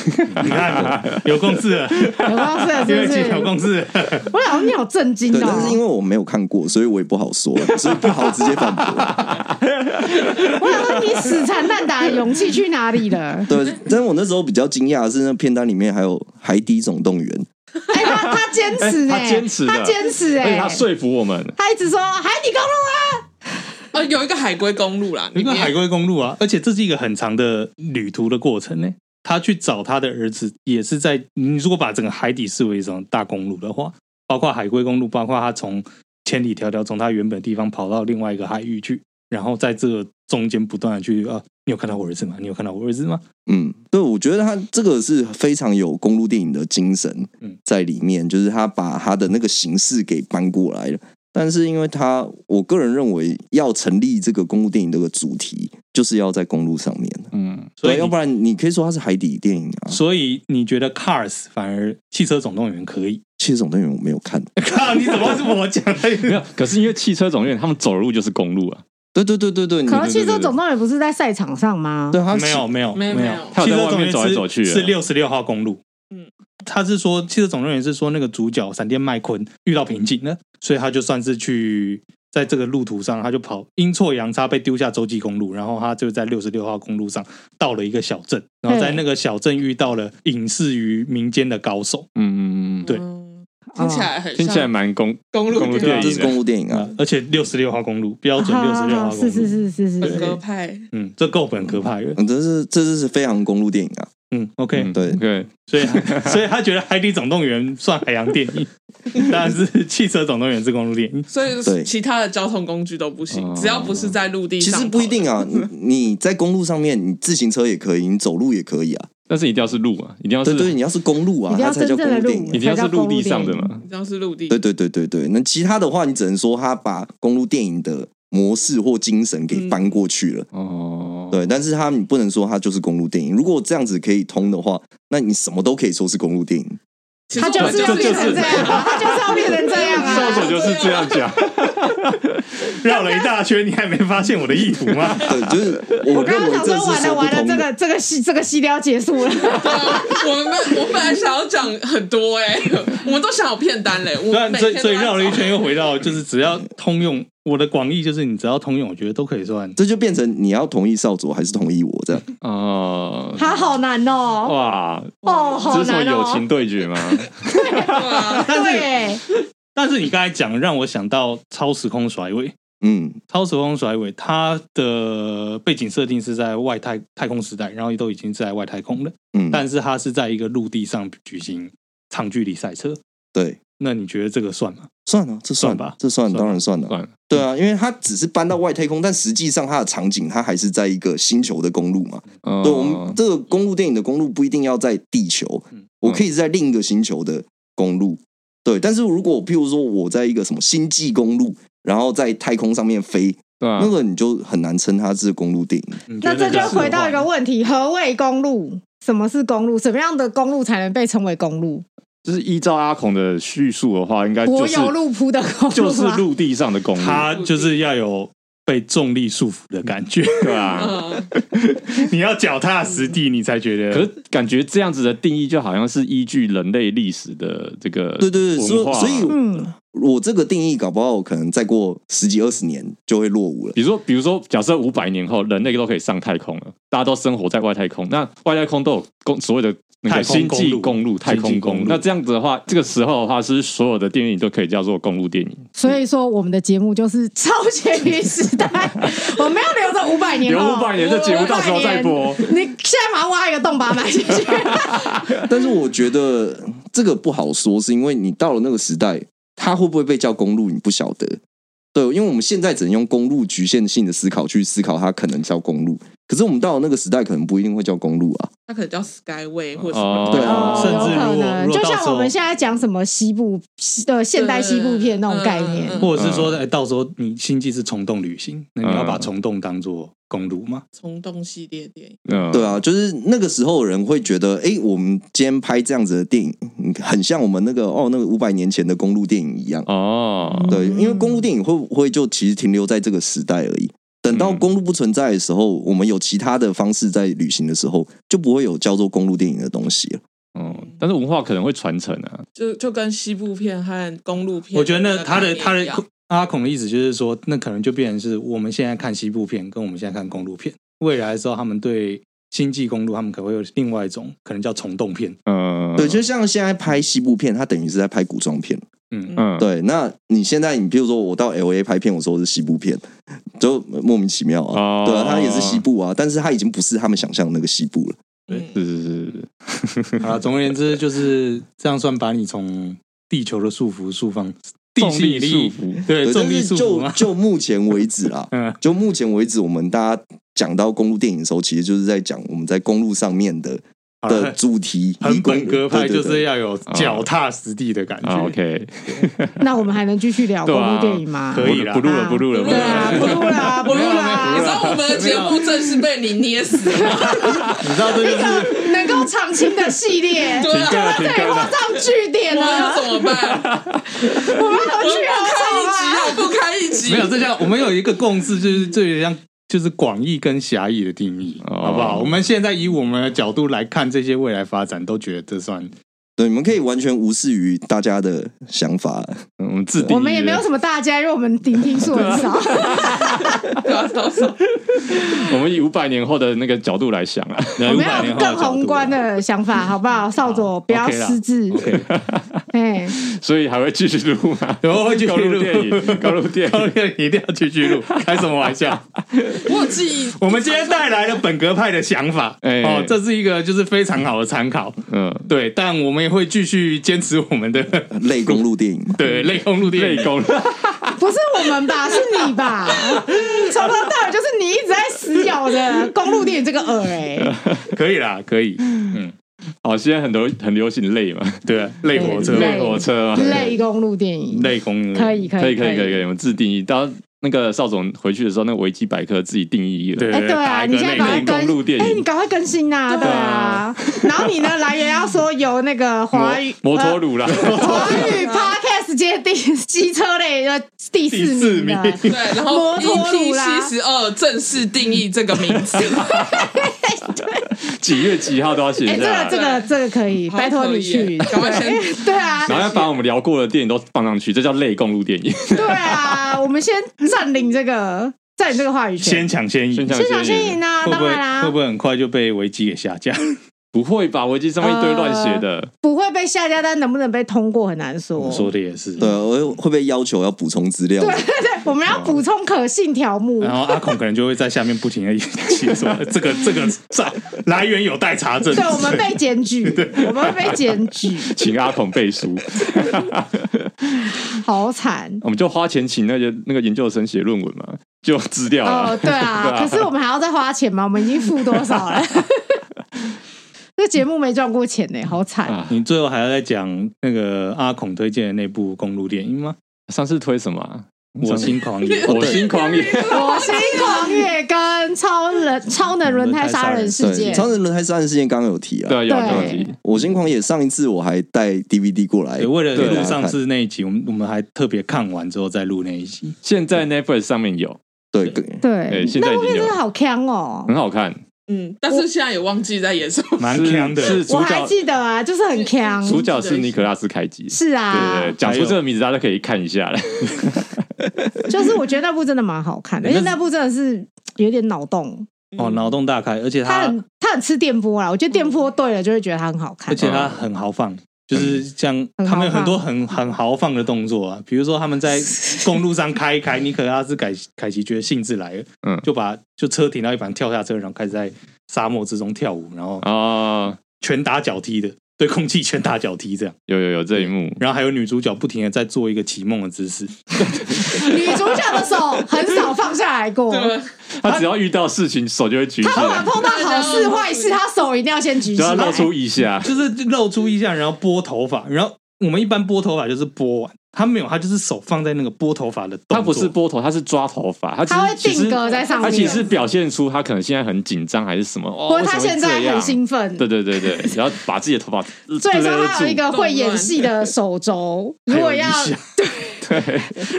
你看有共 识了，
有共识了
因
是
为其
不
实有
是？
共识了，
我想你好震惊
对。
哦！
但是因为我没有看过，所以我也不好说，所以不好直接反驳。
我想说你死缠烂打的勇气去哪里了？
对，但是我那时候比较惊讶的是，那片单里面还有《海底总动员》，
哎，他他坚持
哎
哎，
他坚持的
他坚持
而且
哎
他，说服我们，
他一直说哎海底公路啊，
呃，有一个海龟公路啦，
有
里
个
面
海龟公路啊，而且这是一个很长的旅途的过程呢、他去找他的儿子，也是在你如果把整个海底视为一种大公路的话，包括海龟公路，包括他从千里迢迢从他原本地方跑到另外一个海域去，然后在这个中间不断的去啊，你有看到我儿子吗？你有看到我儿子吗？
嗯，对，我觉得他这个是非常有公路电影的精神
嗯
在里面，就是他把他的那个形式给搬过来了。但是因为他，我个人认为要成立这个公路电影这个主题，就是要在公路上面的，
嗯，
所以
对，
你
要不然你可以说它是海底电影啊。
所以你觉得 Cars 反而汽车总动员可以？
其实总动员我没有看，
靠，你怎么是我讲
没
的？
有，可是因为汽车总院他们走路就是公路啊，
对对对对嗯对，你
可是汽车总动员不是在赛场上吗？
对他
没有没有
没有没有
他
汽
有在
车
外
总
面走来走去
是六十六号公路。嗯
嗯，
他是说汽车总动员是说那个主角闪电麦昆遇到瓶颈了，所以他就算是去在这个路途上，他就跑阴错阳差被丢下洲际公路，然后他就在六十六号公路上到了一个小镇，然后在那个小镇遇到了隐士于民间的高手
嗯嗯嗯
对
嗯
啊
听起
哦
来很
嗯，听起来
像
蛮公
公
公
路
路
电
电
影
这
影
是
的
公路电影
啊、
啊。
而且六十六号公路标
啊，
准六十六号公
是
路，
是是是是
本格
是，
派，
嗯，这够本格派了，
嗯，这是这是非常公路电影啊！
嗯，OK，
嗯
对
对，
所以所以他觉得《海底总动员》算海洋电影，但是《汽车总动员》是公路电 影。
所以
对
其他的交通工具都不行
哦，
只要不是在陆地
其
上跑
实
的。
不一定啊，你你在公路上面，你自行车也可以，你走路也可以啊。
但是一定要是路啊，一定要是
对对，你要是公路啊，
一定要
它才叫
真
公
正的
路电
路
影。
一定要是陆地上
才
的
叫公
嘛，
你知道是陆地
对，对对对对，那其他的话，你只能说他把公路电影的模式或精神给
嗯
搬过去了。
哦，
对，但是他你不能说他就是公路电影。如果这样子可以通的话，那你什么都可以说是公路 电影。
其实
他
我
就是
们
要
就
变
是
成这样，啊他就是要变成这样
校
啊！
长就是这样讲，
绕了一大圈，你还没发现我的意图吗？
对，就是我
我刚
认
刚
为
想
这
说完
是
了
说不
完了，
通
这个
的。
这个戏这个戏都要结束了，
对啊我们我本来想要讲很多哎、我们都想有片单嘞、我
对啊
们，每
所
天
以
都
所以
在
绕了一
找
圈，又回到就是只要通用，我的广义就是你只要通用，我觉得都可以 算。
这就变成你要同意少佐还是同意我这样？
哦，
他好难哦，
哇，
哦，好
这是什么
难
友情
哦，
对决吗？
对啊，
对，
但是你刚才讲让我想到《超时空甩尾》，《
嗯，
超时空甩尾》它的背景设定是在外太太空时代，然后都已经是在外太空了，
嗯，
但是它是在一个陆地上举行长距离赛车。
对，
那你觉得这个算吗？
算了，这
算
算
吧嗯
这算
算
当然算了。
算了
对啊，因为它只是搬到外太空，但实际上它的场景它还是在一个星球的公路嘛。
哦
对，我们这个公路电影的公路不一定要在地球，
嗯
我可以在另一个星球的公路。对，但是如果譬如说我在一个什么星际公路，然后在太空上面飞，
对啊
那个你就很难称它是公路电影。
你觉
那
得
这就
样
回到一
的
个
话
问题：何谓公路？什么是公路？什么样的公路才能被称为公路？
就是依照阿孔的叙述的话，应该就
柏
是
油路铺的公
就
路
是
吗？
陆地上的公路，
他就是要有被重力束缚的感觉，
对啊。
嗯，
你要脚踏实地，你才觉得。
可是感觉这样子的定义，就好像是依据人类历史的这个
对对对，所
文
以
化啊
所以
嗯，
我这个定义搞不好可能再过十几二十年就会落伍了。
比如说，比如说，假设五百年后人类都可以上太空了，大家都生活在外太空，那外太空都有公所谓的那
太
个
空
星
公路
际公路、太
星际
空
公
公
路
路。那这样子的话，这个时候的话，是不是所有的电影都可以叫做公路电影，
所以说我们的节目就是超前于时代，我们要留着五百年
有
后，
五百年这节目到时候再播
500年你现在马上挖一个洞把它埋进去，
但是我觉得这个不好说，是因为你到了那个时代，它会不会被叫公路，你不晓得。对，因为我们现在只能用公路局限性的思考去思考它可能叫公路，可是我们到了那个时代，可能不一定会叫公路啊。
它可能叫 Skyway 或者什么
哦，
对啊
哦，
甚
有
至如
可
果
能，
如果
就
到时
像
候
我们现在讲什么西部西呃现代西部片那种概念
嗯嗯嗯，嗯
或者是说，哎，到时候你星际是虫洞旅行，那你要把
嗯
虫洞当做公路吗？
虫洞系列电影，
嗯，
对啊，就是那个时候人会觉得，哎、我们今天拍这样子的电影，嗯很像我们那个哦，那个五百年前的公路电影一样。
哦，
对，因为公路电影会不会就其实停留在这个时代而已？等到
嗯
公路不存在的时候，我们有其他的方式在旅行的时候，就不会有叫做公路电影的东西了。
嗯，但是文化可能会传承啊，
就就跟西部片和公路片，
我觉得那他的他
概
的
念一样
阿孔的意思就是说，那可能就变成是我们现在看西部片，跟我们现在看公路片，未来的时候他们对星际公路，他们可能会有另外一种，可能叫虫洞片。
嗯，
对，就像现在拍西部片，它等于是在拍古装片。
嗯，
嗯，
对，那你现在你比如说我到 L A 拍片，我说是西部片，就莫名其妙啊。
哦
对啊，它也是西部啊，但是它已经不是他们想象的那个西部了。
嗯，
是是是是，
好了，总而言之就是这样，算把你从地球的束缚束放，地
重
心引
力
力
束缚，
对
对，
重
但
力
是
束缚
就
吗？，
就目前为止啦
嗯
就目前为止，我们大家讲到公路电影的时候，其实就是在讲我们在公路上面的
好了
的主题。以
很
公
本格派，
对对
就
对
是要有脚踏实地的感
啊
觉。
哦，OK，
那我们还能继续聊
对
公
啊
路电影吗？
可以啦
不录了，不录了，不录
对啊，
了，
不录啦，不录
你知道
啦。
我们的节目真是被你捏死了，
你知道这
一
就是
个能够长青的系列，
对啊
停更了，停
对，
更
画
了，
上句点
我们要
了，
怎么 办？
我们何去何从啊？
我不开一集，
没有，这叫我们有一个共识，就是这像就是广义跟狭义的定义，
哦
好不好？我们现在以我们的角度来看这些未来发展，都觉得这算
对，你们可以完全无视于大家的想法。
嗯我们自
啊
定义，
我们也没有什么大家，因为我们聆听数很少。
对啊，到时候
我们以五百年后的那个角度来想啊，
我们
五百
要
年
有
后的角
更
度啊
宏观，的想法，好不好？少佐，不要
OK 啦
失智。
OK。
哎，
所以还会继续录 吗？
有会继续
高
录
录电影，高录电
教
影，
练一定要继续录，开什么玩笑？
我有记忆，
我们今天带来了本格派的想法，
哎
哦，这是一个就是非常好的参考，
嗯，
对，但我们也会继续坚持我们的，
类公路电影嘛
对类公路电
内
影。
功，
不是我们吧？是你吧？从头到尾就是你一直在死咬着公路电影这个饵，哎，
可以啦，可以，
哦，现在很多很流行类嘛，
对啊，类火车，
类 火车嘛，
类公路电影，
类公路，
可以，可
可
以，
以可以可以可
以。
以，我们自定义。到那个邵总回去的时候，那个维基百科自己定义了。
对
哎，对啊，
打一
你
个
现在
内
赶快
内
更
公路电
哎，你
影，
赶快更新呐，对啊。然后你呢，来源要说有那个华语
摩摩托鲁啦，
呃华语 podcast 界第机车类的第四
第四
名
名
的。
对，然后
摩托鲁
EP
啦
七十二正式定义这个名 字，
几月几号都要写
哎，这
下
个
来
这。个这个可以，
好
拜托你
可以
去，
耶赶快先
对 对啊，
然后要把我们聊过的电影都放上去，这叫类公路电影。
对啊，我们先占领这个， 占领这个话语
先
权，
抢先赢
先。抢
先抢先赢啊，
会不
当
会
然啦，
会不会很快就被维基给下架？
不会吧？维基上面一堆乱写的，
不会被下架，但能不能被通过很难说
我。说的也是。
对，啊我会被要求要补充资料。
对，我们要补充可信条目
然。后阿孔可能就会在下面不停的写说 这个这个在来源有待查证。
对，我们被检举，我们会被检举，
请阿孔 背书，
好惨。
我们就花钱请那些那个研究生写论文嘛，就资料
哦，
了。
对啊，可是我们还要再花钱吗？我们已经付多少了？这节目没赚过钱呢，好惨。
啊，
你最后还要再讲那个阿孔推荐的那部公路电影吗？
上次推什么啊？
我心狂野。
我心狂野，
我心狂野跟超人超能轮胎杀人事
对，
件，
超人轮胎杀人事件刚刚有提啊。
对，有问题。
我心狂野上一次我还带 DVD 过来，
对，为了
给哎大
录
家
上
看
次那一集，我们我们还特别看完之后再录那一 集。
现在 Netflix 上面有，
对，跟
哎，
对，
现在
那
已
部
经
片
有
真的，好强哦。
很好看。
嗯，但是现在也忘记在演什么，
蛮
是
强的，
是
我
主
还
角
记得啊，就是很强，
主角是尼可拉斯凯奇。
是啊
对，对，讲出这个名字大家可以看 一下了。
就是我觉得那部真的蛮好看的，
嗯
那
因为那部真的是有点脑洞，
哦，脑洞大开，而
啊
且
他
他
很他很吃电波啦，我觉得电波对了就会觉得他很好看
而。且他很豪放，就是像
很
他们有
豪
很
放
多很很豪放的动作啊，比如说他们在 公路上开一开，尼可拉斯凯凯奇觉得兴致来了，
嗯
就把就车停到一旁，跳下车，然后开始在沙漠之中跳舞，然后
啊，
拳打脚踢的，对空气拳打脚踢这样。
有有有这一幕，
然后还有女主角不停的在做一个起梦的姿势，
女主角的手很少放下来过，
对，
他只要遇到事情手就会举起
她不管
来，
碰到好事坏事，她手一定要先举起
就要
来。
啊露出一下，
就是露出一下，然后拨头发，然后我们一般拨头发就是拨完，他没有，他就是手放在那个拨头发的动作，
他不是拨头，他是抓头发，他
她会
只是
定格在上面
他其实是表现出他可能现在很紧张还是什么，
不
哦，
过她
为什么
现
会
在
这样
很兴奋，
对对对对， 然后把自己的头发呃
所以说她有一
勒
个会演戏的手 肘，如
还有
果
一
要
下
住对，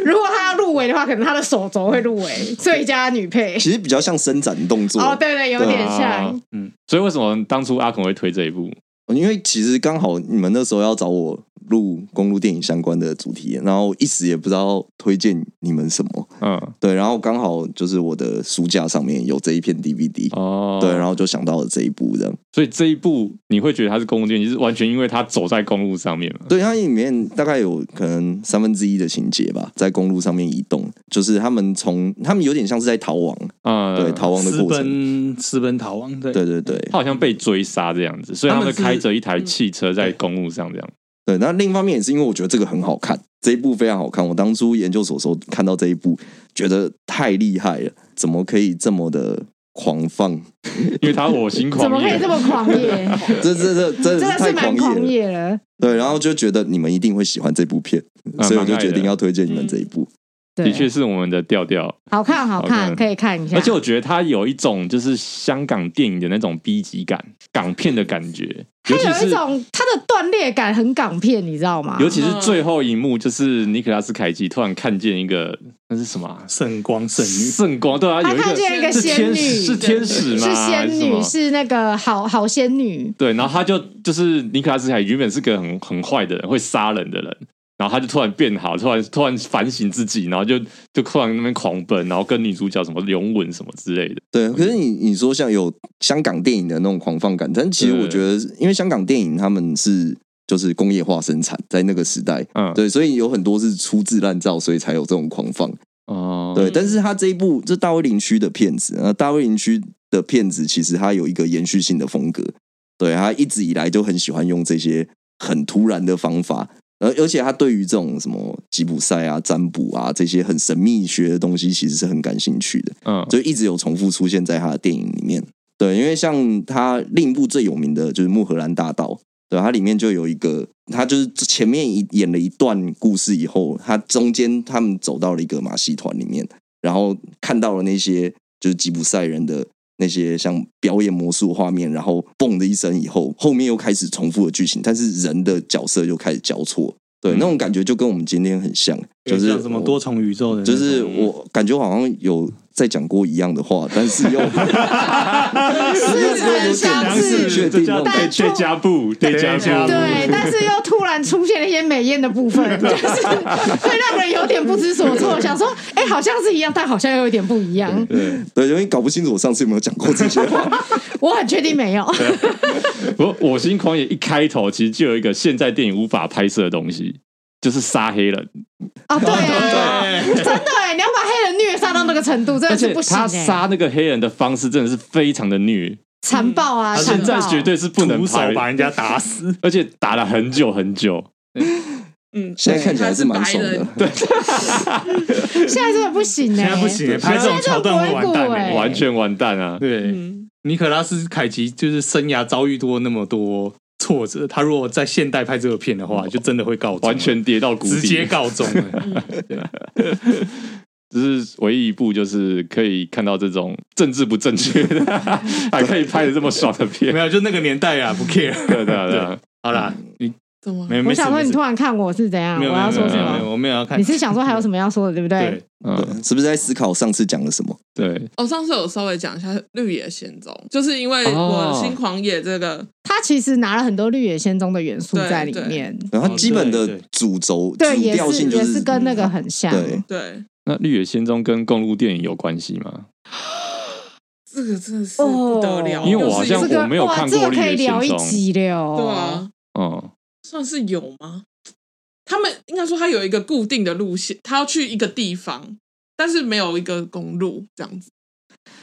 如果她要入围的话，可能她的手肘会入围最佳女配。
其实比较像伸展动作。
哦，对对，有点
对
像
啊。所以为什么当初阿孔会推这一部？
因为其实刚好你们那时候要找我录公路电影相关的主题，然后一时也不知道推荐你们什么，
嗯，
对，然后刚好就是我的书架上面有这一片 DVD，、
哦，
对，啊然后就想到了这一部这样。
所以这一部你会觉得它是公路电影，就是完全因为它走在公路上面嘛？
对，它里面大概有可能三分之一的情节吧，在公路上面移动，就是他们从他们有点像是在逃亡，
嗯，
对，逃亡的
私
过程，
奔私奔逃亡，对
对对对
他好像被追杀这样子，所以他
他
们
们是
开着一台汽车在公路上这样。
对。那另一方面也是因为我觉得这个很好看，这一部非常好看。我当初研究所时候看到这一部，觉得太厉害了，怎么可以这么的狂放？
因为他我心狂
怎么可以
野
这，么狂野？
这这这 真
真
的
的是
是太
蛮
狂
狂
野
野
了。
了。
对，然后就觉得你们一定会喜欢这部片，
嗯
所以我
蛮
就
爱
决
的
定要推荐你们这一部。
的
对，
确是我们的调调。
好看，好
好
看，
看
可以看一下。
而且我觉得它有一种就是香港电影的那种 B 级感，港片的感 觉，
它
尤其
有一
是
种啊它的断裂感很港片，你知道吗？
尤其是最后一幕，就是尼克拉斯凯奇突然看见一个那是什么啊、
圣光圣女，
圣光，对啊，
他
有一
看
个
见一个
是
仙
天
女，
使是天使吗？
是仙女，
还什么
是那个好好仙女。
对，然后他就就是尼克拉斯凯奇原本是个很很坏的人，会杀人的人。然后他就突然变好，突然突然反省自己，然后就就突然那边狂奔，然后跟女主角什么拥吻什么之类的。
对，可是你你说像有香港电影的那种狂放感，但其实
对
我觉得，因为香港电影他们是就是工业化生产，在那个时代，
嗯，
对，所以有很多是粗制滥造，所以才有这种狂放。
哦，
对，但是他这一部这大卫林区的片子，那大卫林区的片子其实它有一个延续性的风格，对他一直以来就很喜欢用这些很突然的方法，而而且他对于这种什么吉普赛啊、占卜啊这些很神秘学的东西，其实是很感兴趣的。
嗯，
就一直有重复出现在他的电影里面。对，因为像他另一部最有名的就是《穆荷兰大道》，对，它里面就有一个，他就是前面一演了一段故事以后，他中间他们走到了一个马戏团里面，然后看到了那些就是吉普赛人的那些像表演魔术画面，然后嘣的一声以后，后面又开始重复的剧情，但是人的角色又开始交错，对，
嗯
那种感觉就跟我们今天很像，就是
像什么
我
多重宇宙的那种，
就是我感觉好像有在讲过一样的话，但是又
似
是
曾相
是
识
确定那种
但
对
感觉。
对加布，对加
加
布
布，
对，但是又突然出现了一些美艳的部分，就是会让人有点不知所措，想说，哎，好像是一样，但好像又有点不一样。
对。
对，因为搞不清楚我上次有没有讲过这些话。
我很确定没有，
我我心狂野一开头其实就有一个现在电影无法拍摄的东西，就是杀黑人，
啊，对啊，
对，
真的哎，你要把黑人虐杀到那个程度，真
而
的
且
是不行
他
哎，
杀那个黑人的方式真的是非常的虐，
残暴啊，
他
嗯现
残
在
暴，
绝对是不能
徒手
拍，
把人家打死，
而且打了很久很久。
嗯，
现在看起来
他
是
是
蛮
白
爽的
人，，
对，
现在真的不行哎，
现在不行，欸拍这种桥段会完蛋
对
欸，
完全完蛋啊！
对，
嗯，
尼可拉斯凯奇就是生涯遭遇多那么多挫折，他如果在现代拍这个片的话，就真的会告终，
完全跌到谷底，
直接告终了。
这是唯一一部就是可以看到这种政治不正确 的，还可以拍的这么爽的片
没。有，就那个年代啊，不 care。
对对啊对，
好啦，你
怎么？
没
我
没事
想说，
没
你
事
突，然看我是怎样？
没
啊我
有
要说什
没有没
么？
有我没有要看
你。是想说还有什么要说的，对不对
对？，
嗯，
是不是在思考上次讲了什么？
对，
我、哦上次有稍微讲一下《绿野仙踪》，就是因为
哦
我新狂野这个，
他其实拿了很多绿野仙踪的元素在里面，
然后它
哦
基本
对
的
对
主轴、
对，
主
也
调
是
性就嗯
也是跟那个很像。
对
对，
那《绿野仙踪》跟公路电影有关系吗？
这个真的是不得了，
哦
因为我好
又
像
是
这
一个
个
我没有看过
哇这个可以
绿野仙踪
聊一集了哦。
对啊，
哦，
算是有吗？他们应该说他有一个固定的路线，他要去一个地方，但是没有一个公路这样子。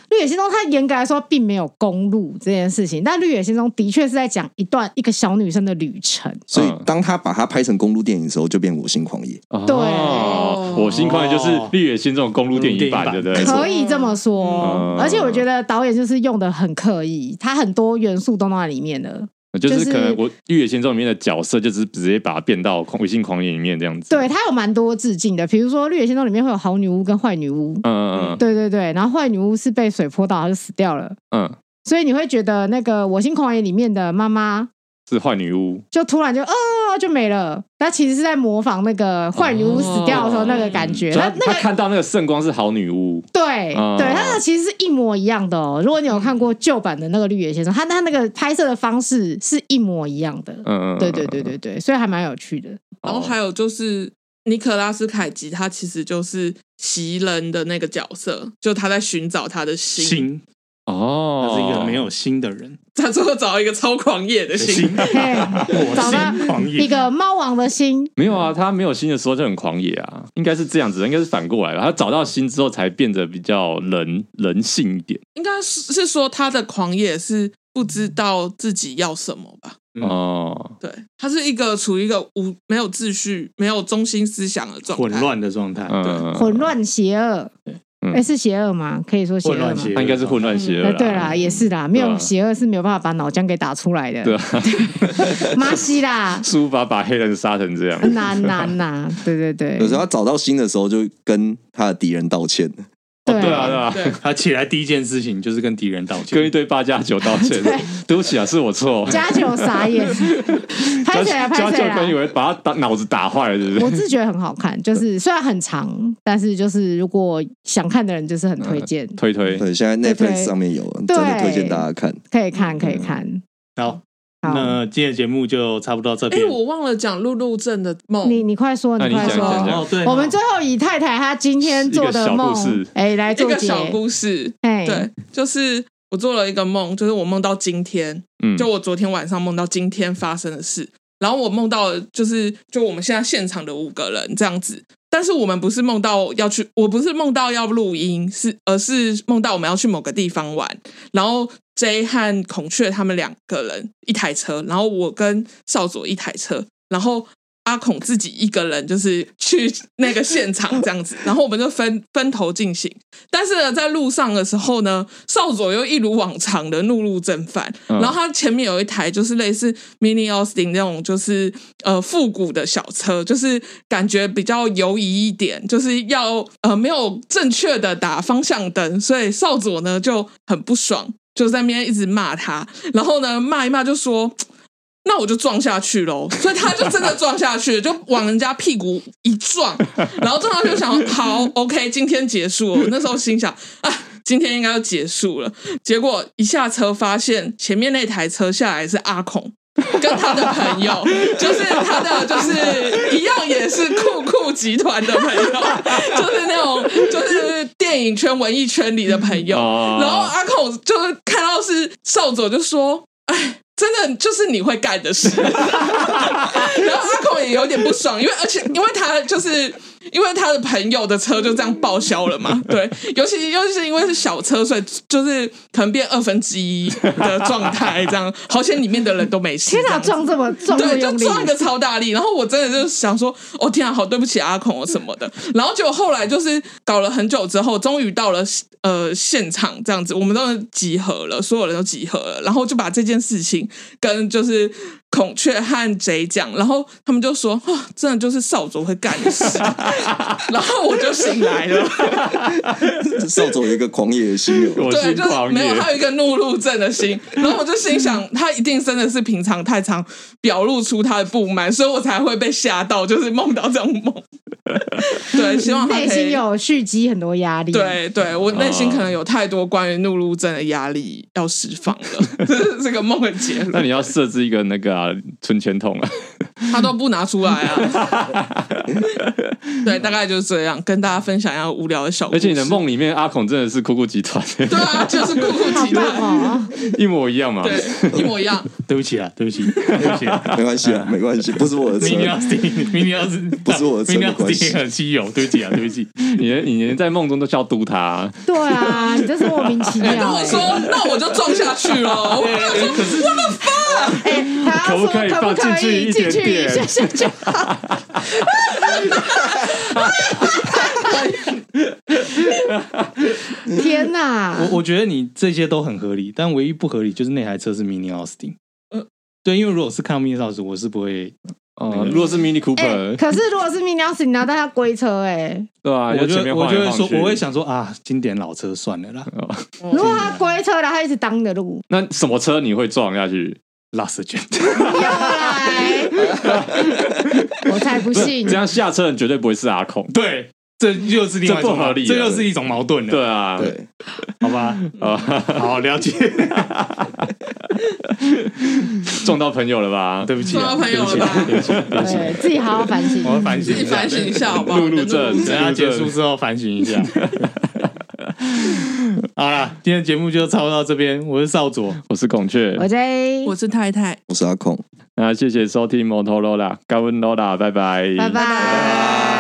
绿野仙踪》它严格来说并没有公路这件事情，但《绿野仙踪》的确是在讲一段一个小女生的旅程。
所以
嗯
当他把它拍成公路电影的时候，就变《我心狂野》。
对
哦我心宽就是《绿野仙踪》公路电影版，对不对？
可以这么说
嗯，
而且我觉得导演就是用的很刻意，他很多元素都在里面了。
就是
就是
可能我《绿野仙踪》里面的角色，就是直接把它变到《微信狂野》里面这样子。
对，他有蛮多致敬的，比如说《绿野仙踪》里面会有好女巫跟坏女巫，
嗯，嗯
对对对，然后坏女巫是被水泼到，她就死掉了，
嗯嗯，
所以你会觉得那个《我心狂野》里面的妈妈
是坏女巫。
就突然就啊、就没了，她其实是在模仿那个坏女巫死掉的时候那个感觉，
所以
那
他
那
他
个
看到那个圣光是好女巫，
对、
哦
对，它那其实是一模一样的哦。如果你有看过旧版的那个《绿野先生》，它它那个拍摄的方式是一模一样的。
嗯嗯，
对对对对对，所以还蛮有趣 的。
然
哦
后还有就是尼可拉斯凯奇，他其实就是袭人的那个角色，就他在寻找他的心，
心，
哦
他，是一个没有心的人，
他最后找到一个超狂野的心。
心，
嘿，找
我
到
心狂
一
野。
个猫王的心，
没有啊，他没有心的时候就很狂野啊，应该是这样子的，应该是反过来吧。他找到心之后才变得比较人人性一点。
应该是是说他的狂野是不知道自己要什么吧？
嗯
哦，
对，他是一个处于一个无没有秩序、没有中心思想的状态，
混。乱的状态，
嗯，
混乱邪恶，
嗯
哎，是邪恶吗？可以说邪
混
恶
乱
吗？
邪恶，
他应该是混乱邪恶啊
呃，对啦，也是啦，没
对
有
啊
邪恶是没有办法把脑浆给打出来
对
的。
啊，
妈西啦，
书法把黑人杀成这样，
难难呐，对对对，
有时候他找到新的时候，就跟他的敌人道歉。
对
对啊对啊，
对，
他起来第一件事情就是跟敌人道
跟一
歉，
堆八加九道 歉， 对不起啊，是我错。
加九傻 眼，拍起来
加
拍起
九可
来
能以。为把他打脑子打坏了，是不
我
是？
自觉得很好看，就是虽然很长，但是就是如果想看的人，就是很推荐，
推推，
对，现在
对对
Netflix 上面有，真的推荐大家看。
可以看，
嗯
可以看。
好，
好，
那今天的节目就差不多到 这
哎、
边。
我忘了讲露露症的
你
梦，
你快说，
那你
快
讲讲
说。
讲
哦，对，
我们最后以太太她今天做的
一个小故
梦
事，
哎，来
一
做
个
结。
小故事。
哎，
对，就是我做了一个梦，就是我梦到今天，
嗯，
就我昨天晚上梦到今天发生的事，然后我梦到了就是就我们现在现场的五个人这样子，但是我们不是梦到要去，我不是梦到要录音，是而是梦到我们要去某个地方玩，然后 J 和孔雀他们两个人一台车，然后我跟少佐一台车，然后阿孔自己一个人就是去那个现场这样子，然后我们就分分头进行。但是呢，在路上的时候呢，少佐又一如往常的怒路正犯，
嗯
然后他前面有一台就是类似 Mini Austin 那种，就是呃复古的小车，就是感觉比较游移一点，就是要呃没有正确的打方向灯，所以少佐呢就很不爽，就在那边一直骂他，然后呢骂一骂就说。那我就撞下去喽，所以他就真的撞下去，就往人家屁股一撞，然后撞到就想好，OK，今天结束了。我那时候心想啊，今天应该要结束了。结果一下车发现前面那台车下来是阿孔。跟他的朋友，就是他的，就是一样也是酷酷集团的朋友，就是那种就是电影圈、文艺圈里的朋友。
哦
然后阿孔就是看到是少佐，就说：“哎，真的就是你会干的事。”然后阿孔也有点不爽，因为而且因为他就是因为他的朋友的车就这样报销了嘛，对，尤其尤其是因为是小车，所以就是可能变二分之一的状态，这样好险里面的人都没事。
天哪，
这样
撞
子
这么撞这么
对，就
用力，
撞一个超大力，然后我真的就想说，哦天啊，好对不起阿孔什么的。然后结果后来就是搞了很久之后，终于到了呃现场这样子，我们都集合了，所有人都集合了，然后就把这件事情跟就是孔雀和贼讲，然后他们就说，啊、真的就是少佐会干的事。 然后我就醒来了，
少佐有一个狂野的心哦，
我
对，
是
就是
狂
没有，
野，
他有一个怒路症的 心。然后我就心想，他一定真的是平常太常表露出他的不满，所以我才会被吓到，就是梦到这种 梦。对，希望他可以
内心有蓄积很多压力。，
对对，
哦
我内心可能有太多关于怒路症的压力要释放了， 这是这个梦的结
那
论。
你要设置一个那个啊存钱筒啊，
他都不拿出来啊。 对，大概就是这样，跟大家分享一下无聊的小故事。
而且你的梦里面阿孔真的是 酷酷集团，
对啊，就是酷酷
好
集
棒
团，
哦！
一模一样嘛。
对，一模一样。
对不起啊，对不起，对不起啊。
没关系啊，没关系，不是我的车
明。年要 s 明年要
不是我的车
明年要
没关系
定很稀有，对不起啊，对不起。
你连你连在梦中都叫嘟他、
对啊，你真是莫名其妙、
你哎跟我说，那我就撞下去了。我
可是
哎、他
可
要
不
说
可以
可
放进
可
去
以
一
进
点
去一
点
下下就好？ 天哪！
我我觉得你这些都很合理，但唯一不合理就是那台车是 Mini Austin。对，因为如果是看到 Mini Austin，我是不会，
哦，如果是 Mini
哎、
Cooper，、
可是如果是 Mini 你拿到它龟车哎、
对吧、啊？
我
就前
就
面
我
晃
就
来
会
晃
说，
去
我会想说啊，经典老车算了啦
哦
如果它龟车然后它一直挡你的 路，
那什么车你会撞下去？
，Last Gen。
又来，我才不
不是
信
这！样下车人绝对不会是阿孔。
对，这又是另外一种
这不合理了
这又是一种矛盾了，
对啊，
对，
好 吧？
啊，
好，了解，
撞到朋友了吧？
对不起啊，
撞到朋友了
对不起啊
吧
对不起啊，对不起啊，
对自己好好反省
我。要反省
自己
一下，
反省一下好不好？
路路
等
症，路
下
路
结
症
束之后反省一 下。好啦，今天节目就差不多到这边，我是少佐，
我是孔雀
我，在，
我是太太，
我是阿控。
那谢谢收听摩托罗拉，高温罗拉，拜拜，
拜拜。